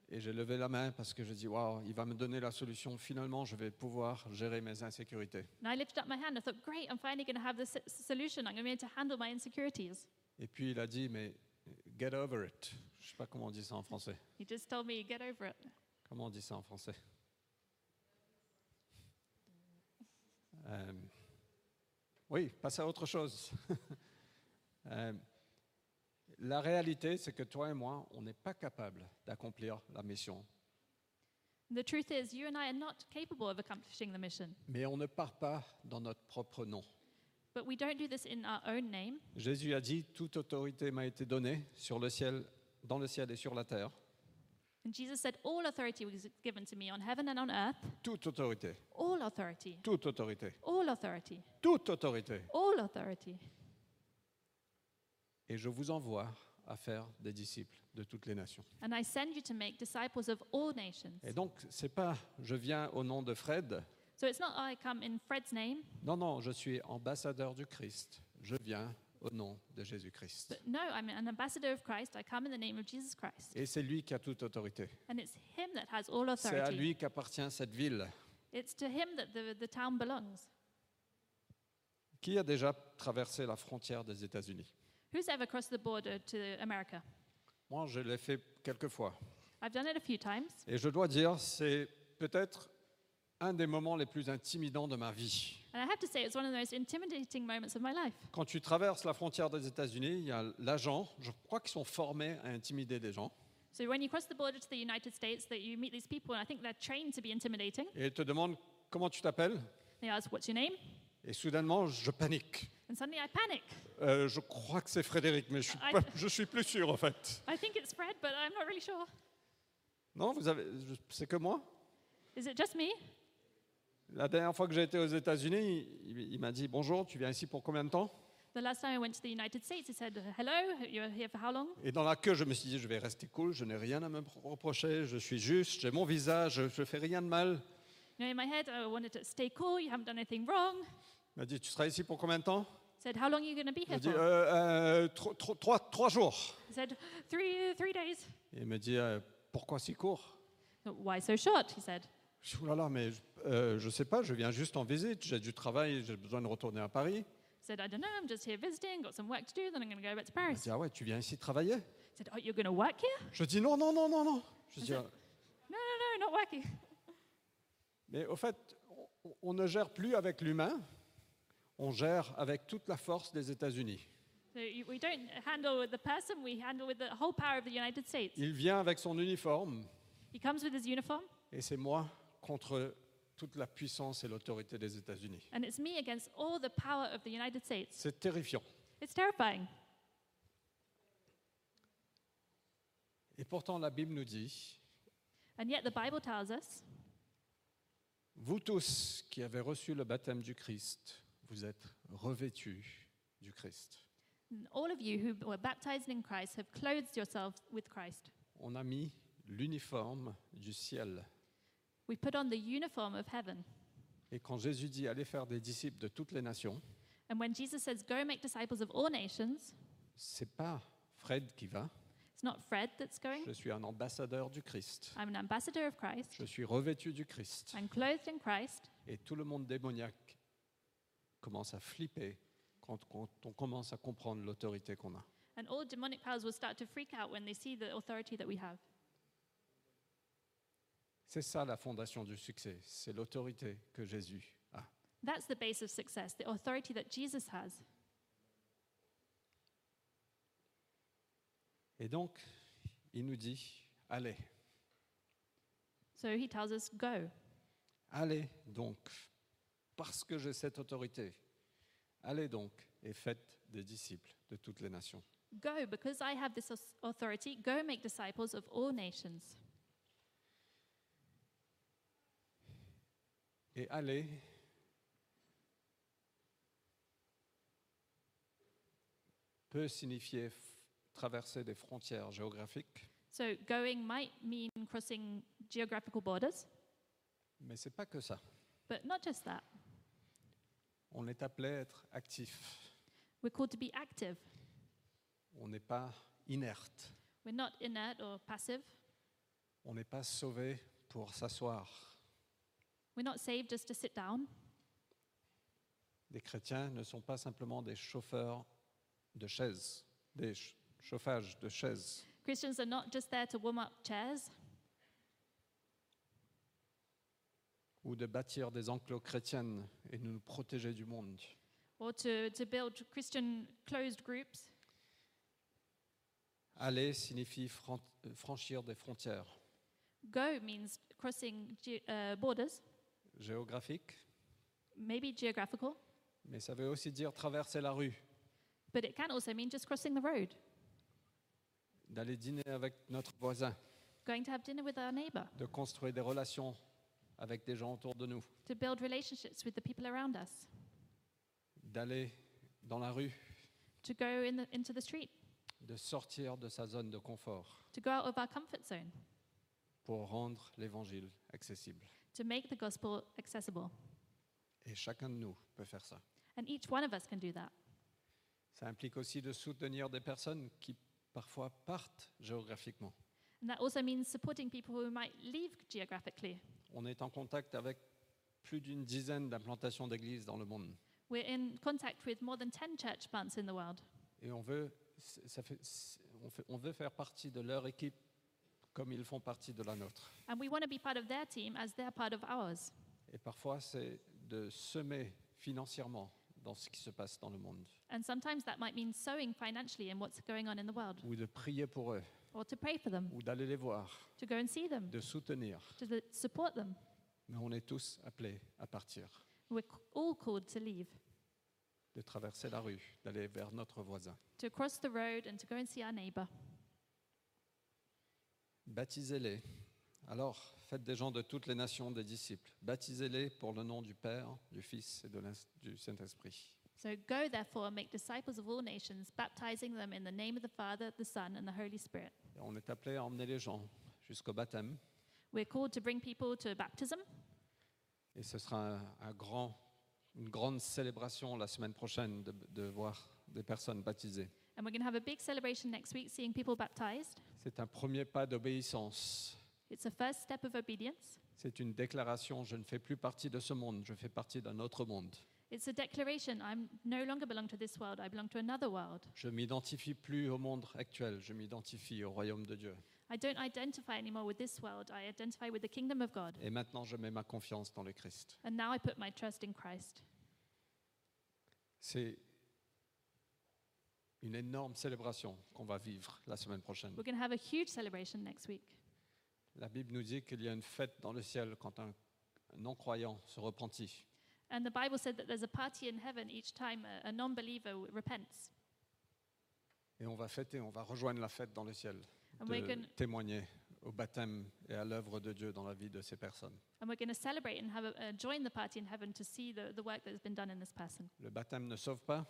S1: Et j'ai levé la main parce que je dis, waouh, il va me donner la solution. Finalement, je vais pouvoir gérer mes insécurités.
S2: And I lifted up my hand. I thought, great, I'm finally going to have this s- solution. I'm going to be able to handle my insecurities.
S1: Et puis il a dit, mais get over it. Je ne sais pas comment on dit ça en français.
S2: He just told me, get over it.
S1: Comment on dit ça en français Euh, Oui, passe à autre chose. [LAUGHS] Euh, la réalité, c'est que toi et moi, on n'est pas capable d'accomplir la mission.
S2: The truth is, you and I are not capable of accomplishing the mission,
S1: Mais on ne part pas dans notre propre nom.
S2: but we don't do this in our own name.
S1: Jésus a dit, toute autorité m'a été donnée sur le ciel, dans le ciel et sur la terre.
S2: And Jesus said, All authority was given to me on heaven and on earth.
S1: Toute autorité,
S2: All authority.
S1: toute autorité,
S2: All authority.
S1: toute autorité.
S2: All authority.
S1: Et je vous envoie à faire des disciples de toutes les nations.
S2: And I send you to make disciples of all nations.
S1: Et donc, c'est pas je viens au nom de Fred.
S2: So it's not I come in Fred's name,
S1: Non, non, je suis ambassadeur du Christ. Je viens au nom de Jésus-Christ.
S2: but no, I'm an ambassador of Christ. I come in the name of Jesus Christ.
S1: Et c'est lui qui a toute autorité.
S2: And it's him that has all
S1: C'est à
S2: authority.
S1: lui qu'appartient cette ville.
S2: It's to him that the, the town belongs.
S1: Qui a déjà traversé la frontière des États-Unis
S2: Who's ever crossed the border to America?
S1: Moi, je l'ai fait quelques fois.
S2: I've done it a few times.
S1: Et je dois dire, c'est peut-être un des moments les plus intimidants de ma vie.
S2: And I have to say, it's one of the most intimidating moments of my life.
S1: Quand tu traverses la frontière des États-Unis, il y a l'agent, je crois qu'ils sont formés à intimider les gens,
S2: So when you cross the border to the United States, that you meet these people, and I think they're trained to be intimidating.
S1: et ils te demandent comment tu t'appelles,
S2: They ask, What's your name?
S1: et soudainement, je panique.
S2: And suddenly I panic.
S1: Euh, je crois que c'est Frédéric, mais je suis,
S2: Ah,
S1: pas-
S2: attends.
S1: je suis plus sûr en fait.
S2: I think it's Fred, but I'm not really sure.
S1: Non, vous avez, je- c'est que moi.
S2: Is it just me?
S1: La dernière fois que j'ai été aux États-Unis, il, il m'a dit bonjour, tu viens ici pour combien de temps
S2: The last time I went to the United States, he said, Hello, you're here for how long?
S1: Et dans la queue, je me suis dit je vais rester cool, je n'ai rien à me reprocher, je suis juste, j'ai mon visa, je, je fais rien de mal.
S2: You know, in my head, I wanted to stay cool, you haven't done anything wrong.
S1: Il m'a dit tu seras ici pour combien de temps
S2: said, How long are you going to be
S1: Il m'a
S2: here
S1: dit
S2: for?
S1: Euh, euh, tro- tro- trois, trois jours.
S2: He said, Three, three days.
S1: Et il me dit Euh, pourquoi si court
S2: Why so short? He said.
S1: Je dis, Ouh là là, mais euh, je sais pas, je viens juste en visite, j'ai du travail, j'ai besoin de retourner à Paris.
S2: He said, I don't know, I'm just here visiting, got some work to do, then I'm going to go back to
S1: Il m'a
S2: Paris.
S1: dit ah ouais, tu viens ici travailler
S2: He said, Oh, you're going to work here?
S1: Je dis non, non, non, non, non. Je dis,
S2: ça-
S1: Ah,
S2: No, no, no, not working.
S1: mais au fait, on, on ne gère plus avec l'humain, on gère avec toute la force des États-Unis.
S2: So you, we don't handle with the person, we handle with the whole power of the United States.
S1: Il vient avec son uniforme
S2: He comes with his uniform,
S1: et c'est moi contre toute la puissance et l'autorité des États-Unis.
S2: and it's me against all the power of the United States.
S1: C'est terrifiant.
S2: It's terrifying.
S1: Et pourtant, la Bible nous dit,
S2: And yet the Bible tells us,
S1: vous tous qui avez reçu le baptême du Christ, vous êtes revêtus du Christ.
S2: all of you who were baptized in Christ have clothed yourselves with Christ.
S1: On a mis l'uniforme du ciel.
S2: We put on the uniform of heaven.
S1: Et quand Jésus dit, allez faire des disciples de toutes les nations,
S2: And when Jesus says, Go make disciples of all nations,
S1: c'est pas Fred qui va,
S2: it's not Fred that's going.
S1: Je suis un ambassadeur du Christ.
S2: I'm an ambassador of Christ.
S1: Je suis revêtu du Christ.
S2: I'm clothed in Christ.
S1: Et tout le monde démoniaque commence à flipper quand, quand on commence à comprendre l'autorité qu'on a.
S2: And all demonic powers will start to freak out when they see the authority that we have.
S1: C'est ça la fondation du succès. C'est l'autorité que Jésus a.
S2: That's the base of success, the authority that Jesus has.
S1: Et donc, il nous dit, allez,
S2: So he tells us, Go.
S1: allez donc, parce que j'ai cette autorité, allez donc et faites des disciples de toutes les nations.
S2: Go, because I have this aus- authority, go make disciples of all nations.
S1: Et aller peut signifier f- traverser des frontières géographiques,
S2: So going might mean crossing geographical borders,
S1: mais c'est pas que ça.
S2: but not just that.
S1: On est appelé à être actif.
S2: We're called to be active.
S1: On n'est pas inerte.
S2: We're not inert or passive.
S1: On n'est pas sauvé pour s'asseoir.
S2: We're not saved just to sit down.
S1: Les chrétiens ne sont pas simplement des chauffeurs de chaises, des ch- chauffages de chaises.
S2: Christians are not just there to warm up chairs
S1: ou de bâtir des enclos chrétiennes et de nous protéger du monde.
S2: or to, to build Christian closed groups.
S1: Aller signifie fran- euh, franchir des frontières
S2: Go means crossing ge- uh, borders,
S1: géographiques,
S2: maybe geographical,
S1: mais ça veut aussi dire traverser la rue,
S2: but it can also mean just crossing the road,
S1: d'aller dîner avec notre voisin,
S2: going to have dinner with our neighbor,
S1: de construire des relations avec des gens autour de nous,
S2: to build relationships with the people around us,
S1: d'aller dans la rue,
S2: to go in the, into the street,
S1: de sortir de sa zone de confort
S2: to go out of our comfort zone,
S1: pour rendre l'évangile accessible.
S2: to make the gospel accessible.
S1: Et chacun de nous peut faire ça.
S2: And each one of us can do that.
S1: Ça implique aussi de soutenir des personnes qui parfois partent géographiquement.
S2: And that also means supporting people who might leave geographically.
S1: On est en contact avec plus d'une dizaine d'implantations d'églises dans le monde.
S2: We're in contact with more than 10 church plants in the world,
S1: Et on veut, c- ça fait- c- on fait- on veut faire partie de leur équipe comme ils font partie de la nôtre.
S2: and we want to be part of their team as they're part of ours.
S1: Et parfois, c'est de semer financièrement dans ce qui se passe dans le monde,
S2: And sometimes that might mean sowing financially in what's going on in the world,
S1: ou de prier pour eux,
S2: or to pray for them,
S1: ou d'aller les voir,
S2: to go and see them,
S1: de soutenir.
S2: to th- support them.
S1: Mais on est tous appelés à partir,
S2: We're c- all called to leave,
S1: de traverser la rue, d'aller vers notre voisin.
S2: to cross the road and to go and see our neighbor.
S1: Baptisez-les. Alors, faites des gens de toutes les nations des disciples. Baptisez-les pour le nom du Père, du Fils et de l'Ins- du Saint-Esprit.
S2: So go, therefore, and make disciples of all nations, baptizing them in the name of the Father, the Son, and the Holy Spirit.
S1: Et On est appelé à emmener les gens jusqu'au baptême.
S2: We're called to bring people to baptism,
S1: Et ce sera un, un grand, une grande célébration la semaine prochaine de, de voir des personnes baptisées.
S2: and we're going to have a big celebration next week seeing people baptized.
S1: C'est un premier pas d'obéissance.
S2: It's a first step of obedience.
S1: C'est une déclaration, je ne fais plus partie de ce monde, je fais partie d'un autre monde.
S2: It's a declaration I no longer belong to this world, I belong to another world.
S1: Je m'identifie plus au monde actuel, je m'identifie au royaume de Dieu.
S2: I don't identify anymore with this world, I identify with the kingdom of God.
S1: Et maintenant, je mets ma confiance dans le Christ.
S2: And now I put my trust in Christ.
S1: C'est une énorme célébration qu'on va vivre la semaine prochaine.
S2: We're going to have a huge celebration next week.
S1: La Bible nous dit qu'il y a une fête dans le ciel quand un non-croyant se repentit.
S2: And the Bible said that there's a party in heaven each time a, a non believer repents.
S1: Et on va fêter, on va rejoindre la fête dans le ciel,
S2: And
S1: de
S2: we're going
S1: témoigner au baptême et à l'œuvre de Dieu dans la vie de ces personnes.
S2: and we're going to celebrate and have a, uh, join the party in heaven to see the, the work that has been done in this person.
S1: Le baptême ne sauve pas,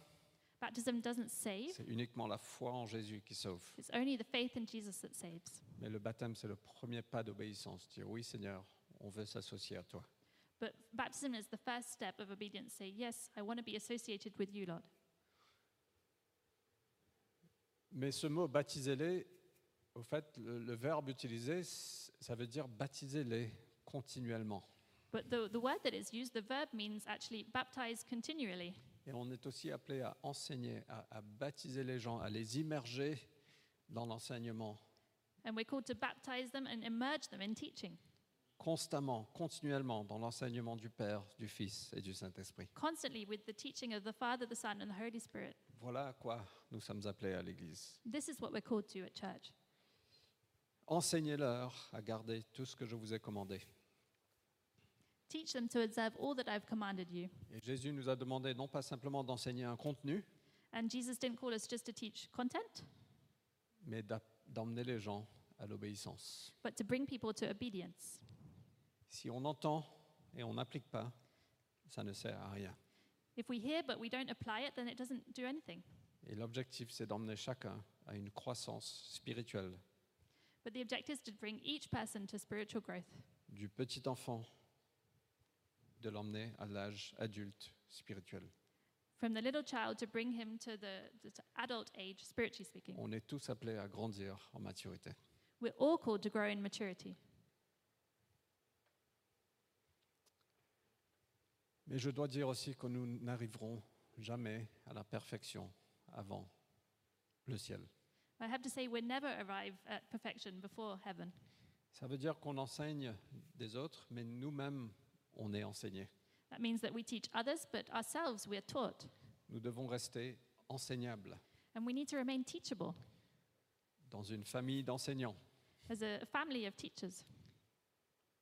S2: Baptism doesn't save,
S1: c'est uniquement la foi en Jésus qui sauve.
S2: it's only the faith in Jesus that saves.
S1: Mais le baptême, c'est le premier pas d'obéissance. Dire oui Seigneur, on veut s'associer à toi.
S2: But baptism is the first step of obedience. Say, yes, I want to be associated with you, Lord.
S1: Mais ce mot baptisez-les, au fait, le, le verbe utilisé, c- ça veut dire baptisez-les continuellement.
S2: But the, the word that is used, the verb means actually baptize continually.
S1: Et on est aussi appelé à enseigner, à, à baptiser les gens, à les immerger dans l'enseignement,
S2: And we're called to baptize them and immerse them in teaching,
S1: constamment, continuellement, dans l'enseignement du Père, du Fils et du Saint-Esprit.
S2: constantly with the teaching of the Father, the Son, and the Holy Spirit.
S1: Voilà à quoi nous sommes appelés à l'Église.
S2: This is what we're called to at church.
S1: Enseignez-leur à garder tout ce que je vous ai commandé.
S2: Teach them to observe all that I've commanded you.
S1: Et Jésus nous a demandé non pas simplement d'enseigner un contenu,
S2: And Jesus didn't call us just to teach content,
S1: mais d'a- d'emmener les gens à l'obéissance.
S2: but to bring people to obedience.
S1: Si on entend et on n'applique pas, ça ne sert à rien.
S2: If we hear but we don't apply it, then it doesn't do anything.
S1: Et l'objectif, c'est d'emmener chacun à une croissance spirituelle
S2: But the objective is to bring each person to spiritual growth,
S1: du petit enfant, de l'emmener à l'âge adulte spirituel.
S2: from the little child to bring him to the the- to adult age, spiritually speaking.
S1: On est tous appelés à grandir en maturité.
S2: We're all called to grow in maturity.
S1: Mais je dois dire aussi que nous n'arriverons jamais à la perfection avant le ciel.
S2: I have to say, we never arrive at perfection before heaven.
S1: Ça veut dire qu'on enseigne des autres, mais nous-mêmes, on est enseignés.
S2: That means that we teach others, but ourselves we are taught.
S1: Nous devons rester enseignables
S2: And we need to remain teachable
S1: dans une famille d'enseignants
S2: as a family of teachers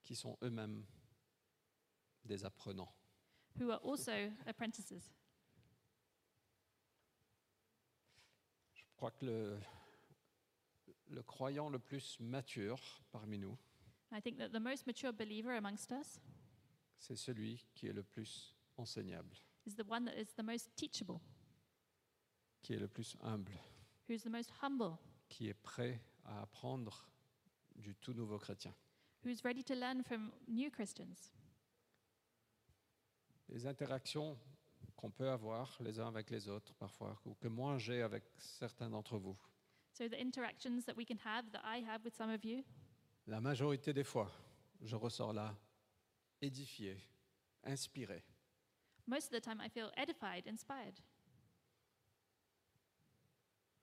S1: qui sont eux-mêmes des apprenants.
S2: who are also apprentices.
S1: Je crois que le, le croyant le plus mature parmi nous,
S2: I think that the most mature believer amongst us
S1: c'est celui qui est le plus enseignable,
S2: is the one that is the most teachable,
S1: qui est le plus humble,
S2: who's the most humble,
S1: qui est prêt à apprendre du tout nouveau chrétien.
S2: who's ready to learn from new Christians.
S1: Les interactions qu'on peut avoir les uns avec les autres parfois, ou que moi j'ai avec certains d'entre vous,
S2: So the interactions that we can have, that I have with some of you,
S1: la majorité des fois, je ressors là édifié, inspiré.
S2: most of the time I feel edified, inspired.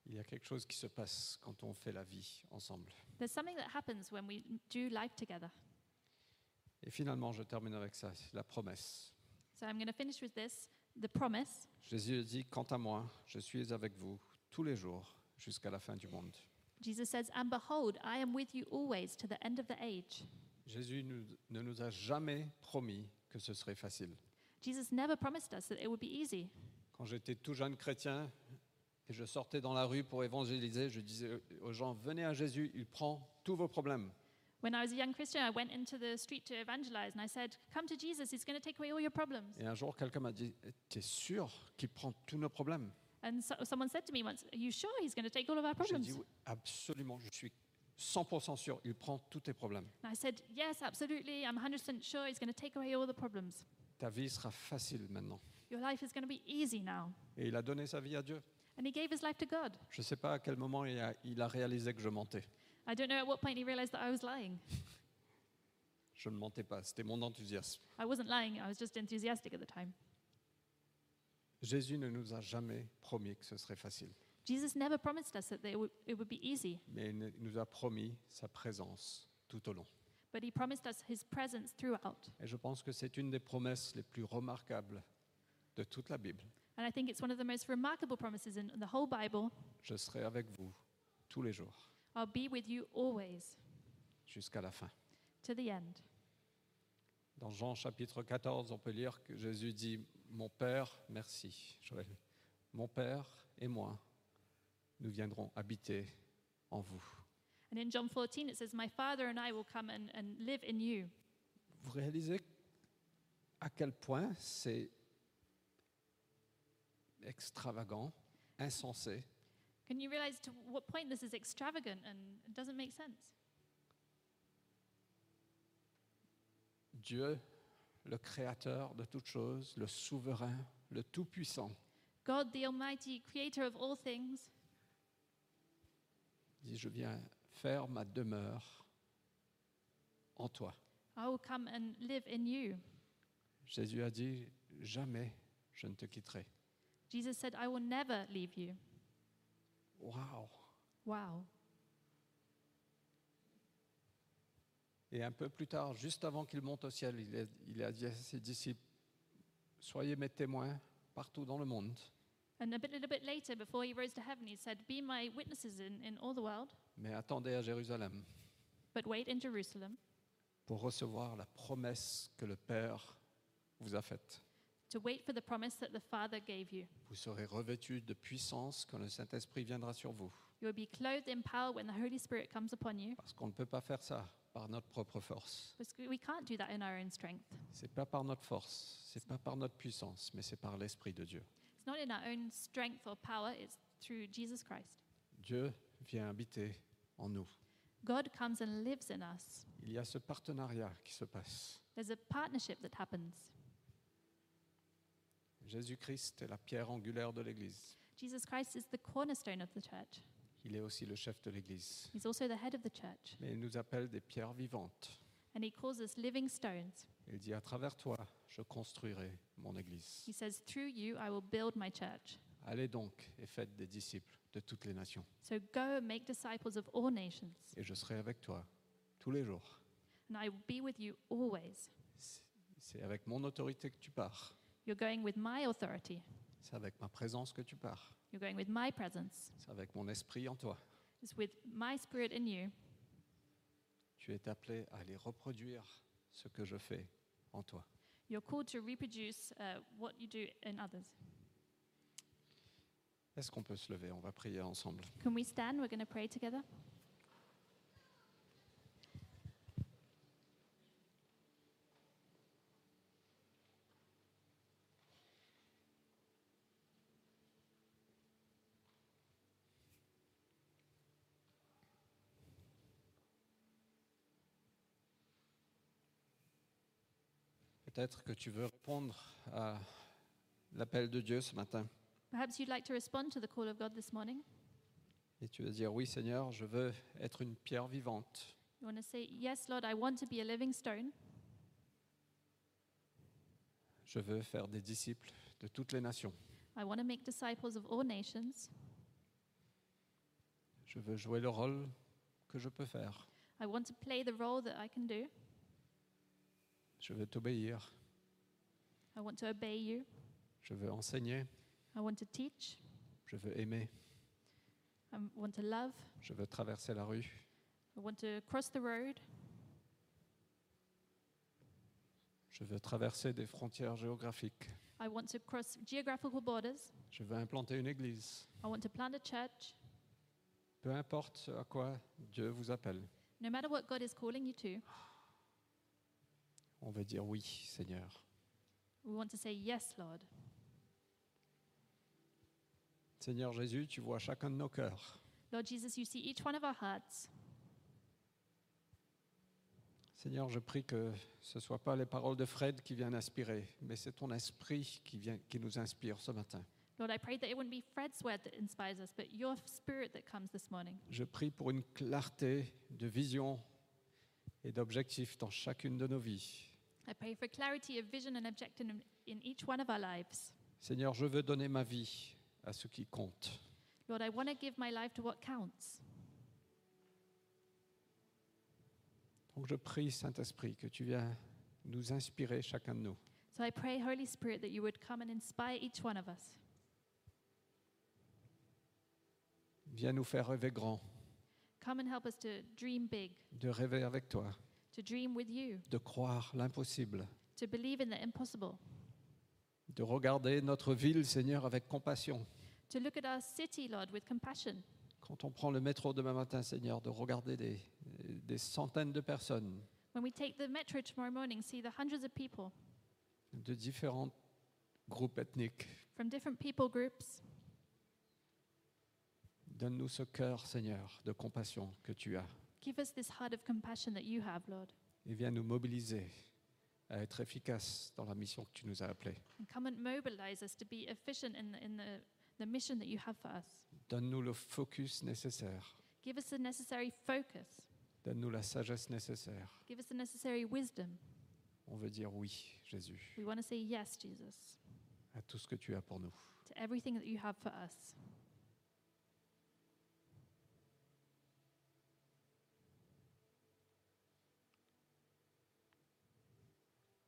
S1: Il y a quelque chose qui se passe quand on fait la vie ensemble.
S2: There's something that happens when we do life together.
S1: Et finalement, je termine avec ça, la promesse.
S2: So I'm going to finish with this the promise.
S1: Jésus dit, quant à moi, je suis avec vous tous les jours jusqu'à la fin du monde.
S2: Jesus says, And behold, I am with you always to the end of the age.
S1: Jésus nous- ne nous a jamais promis que ce serait facile.
S2: Jesus never promised us that it would be easy.
S1: Quand j'étais tout jeune chrétien et je sortais dans la rue pour évangéliser, je disais aux gens, venez à Jésus, il prend tous vos problèmes.
S2: When I was a young Christian, I went into the street to evangelize and I said, Come to Jesus, he's going to take away all your problems.
S1: Et un jour, quelqu'un m'a dit, t'es sûr qu'il prend tous nos problèmes
S2: And so, someone said to me once, Are you sure he's going to take all of our
S1: J'ai
S2: problems?
S1: dit, oui, absolument, je suis 100% sûr, il prend tous tes problèmes.
S2: And I said, Yes, absolutely. I'm 100% sure he's going to take away all the problems.
S1: Ta vie sera facile maintenant.
S2: Your life is going to be easy now.
S1: Et il a donné sa vie à Dieu.
S2: And he gave his life to God.
S1: Je ne sais pas à quel moment il a- il a réalisé que je mentais.
S2: I don't know at what point he realized that I was lying.
S1: Je ne mentais pas, c'était mon enthousiasme.
S2: I wasn't lying, I was just enthusiastic at the time.
S1: Jésus ne nous a jamais promis que ce serait facile,
S2: Jesus never promised us that it would, it would be easy,
S1: mais il ne- nous a promis sa présence tout au long.
S2: but he promised us his presence throughout.
S1: Et je pense que c'est une des promesses les plus remarquables de toute la Bible.
S2: And I think it's one of the most remarkable promises in the whole Bible
S1: Je serai avec vous tous les jours
S2: I'll be with you always
S1: jusqu'à la fin.
S2: to the end.
S1: Dans Jean chapitre 14, on peut lire que Jésus dit, Mon Père, merci, Joël, mon Père et moi, nous viendrons habiter en vous.
S2: And in John 14, it says, My Father and I will come and, and live in you.
S1: vous réalisez à quel point c'est extravagant, insensé,
S2: Can you realize to what point this is extravagant and it doesn't make sense?
S1: Dieu, le créateur de toutes choses, le souverain, le tout-puissant,
S2: God, the Almighty, creator of all things,
S1: dit je viens faire ma demeure en toi.
S2: I will come and live in you.
S1: Jésus a dit jamais je ne te quitterai.
S2: Jesus said, I will never leave you.
S1: Waouh
S2: Wow.
S1: Et un peu plus tard, juste avant qu'il monte au ciel, il a, il a dit à ses disciples soyez mes témoins partout dans le monde.
S2: And a bit, little bit later, before he rose to heaven, he said, Be my witnesses in, in all the world,
S1: Mais attendez à Jérusalem.
S2: but wait in Jerusalem
S1: pour recevoir la promesse que le Père vous a faite.
S2: to wait for the promise that the Father gave you.
S1: Vous serez revêtus de puissance quand le Saint-Esprit viendra sur vous,
S2: You will be clothed in power when the Holy Spirit comes upon you.
S1: parce qu'on ne peut pas faire ça par notre propre force.
S2: Because we can't do that in our own strength.
S1: C'est pas par notre force, c'est pas par notre puissance, mais c'est par l'Esprit de Dieu.
S2: It's not in our own strength or power, it's through Jesus Christ.
S1: Dieu vient habiter en nous.
S2: God comes and lives in us.
S1: Il y a ce partenariat qui se passe.
S2: There's a partnership that happens.
S1: Jésus-Christ est la pierre angulaire de l'Église.
S2: Jesus Christ is the cornerstone of the church.
S1: Il est aussi le chef de l'Église.
S2: He's also the head of the church,
S1: Mais il nous appelle des pierres vivantes.
S2: and he calls us living stones.
S1: Il dit à travers toi, je construirai mon Église.
S2: He says, Through you I will build my church.
S1: Allez donc et faites des disciples de toutes les nations,
S2: So go and make disciples of all nations,
S1: et je serai avec toi tous les jours.
S2: and I will be with you always.
S1: C'est- C'est avec mon autorité que tu pars,
S2: You're going with my authority,
S1: c'est avec ma présence que tu pars,
S2: you're going with my presence,
S1: c'est avec mon esprit en toi.
S2: it's with my spirit in you.
S1: Tu es appelé à aller reproduire ce que je fais en toi.
S2: You're called to reproduce uh, what you do in others.
S1: Est-ce qu'on peut se lever On va prier ensemble.
S2: Can we stand? We're going to pray together.
S1: Peut-être que tu veux répondre à l'appel de Dieu ce matin
S2: Perhaps you'd like to respond to the call of God this morning.
S1: et tu veux dire oui Seigneur, je veux être une pierre vivante.
S2: You want to say, Yes, Lord, I want to be a living stone.
S1: Je veux faire des disciples de toutes les nations.
S2: I want to make disciples of all nations.
S1: Je veux jouer le rôle que je peux faire.
S2: I want to play the role that I can do.
S1: Je veux t'obéir.
S2: I want to obey you.
S1: Je veux enseigner.
S2: I want to teach.
S1: Je veux aimer.
S2: I want to love.
S1: Je veux traverser la rue.
S2: I want to cross the road.
S1: Je veux traverser des frontières géographiques.
S2: I want to cross geographical borders.
S1: Je veux implanter une église.
S2: I want to plant a church.
S1: Peu importe ce à quoi Dieu vous appelle.
S2: No matter what God is calling you to,
S1: On veut dire oui, Seigneur.
S2: we want to say, Yes, Lord.
S1: Seigneur Jésus, tu vois chacun de nos cœurs.
S2: Lord Jesus, you see each one of our hearts.
S1: Seigneur, je prie que ce ne soient pas les paroles de Fred qui viennent inspirer, mais c'est ton esprit qui, vient, qui nous inspire ce matin.
S2: Lord, I pray that it wouldn't be Fred's word that inspires us, but your spirit that comes this morning.
S1: Je prie pour une clarté de vision et d'objectif dans chacune de nos vies.
S2: I pray for clarity of vision and objective in, in each one of our lives.
S1: Seigneur, je veux donner ma vie à ce qui compte.
S2: Lord, I want to give my life to what counts.
S1: Donc je prie, Saint-Esprit, que tu viens nous inspirer chacun de nous.
S2: So I pray, Holy Spirit, that you would come and inspire each one of us.
S1: Viens nous faire rêver grand,
S2: Come and help us to dream big,
S1: de rêver avec toi,
S2: to dream with you,
S1: de croire l'impossible,
S2: to believe in the impossible,
S1: de regarder notre ville, Seigneur, avec compassion.
S2: to look at our city, Lord, with compassion.
S1: Quand on prend le métro demain matin, Seigneur, de regarder des, des centaines de personnes
S2: When we take the metro tomorrow morning, see the hundreds of people
S1: de différents groupes ethniques.
S2: from different people groups.
S1: Donne-nous ce cœur, Seigneur, de compassion que tu as.
S2: Give us this heart of compassion that you have, Lord,
S1: Et viens nous mobiliser à être efficaces dans la mission que tu nous as appelés.
S2: and come and mobilize us to be efficient in the, in the, the mission that you have for us.
S1: Donne-nous le focus nécessaire.
S2: Give us the necessary focus.
S1: Donne-nous la sagesse nécessaire.
S2: Give us the necessary wisdom.
S1: On veut dire oui, Jésus,
S2: We want to say yes, Jesus,
S1: à tout ce que tu as pour nous.
S2: to everything that you have for us.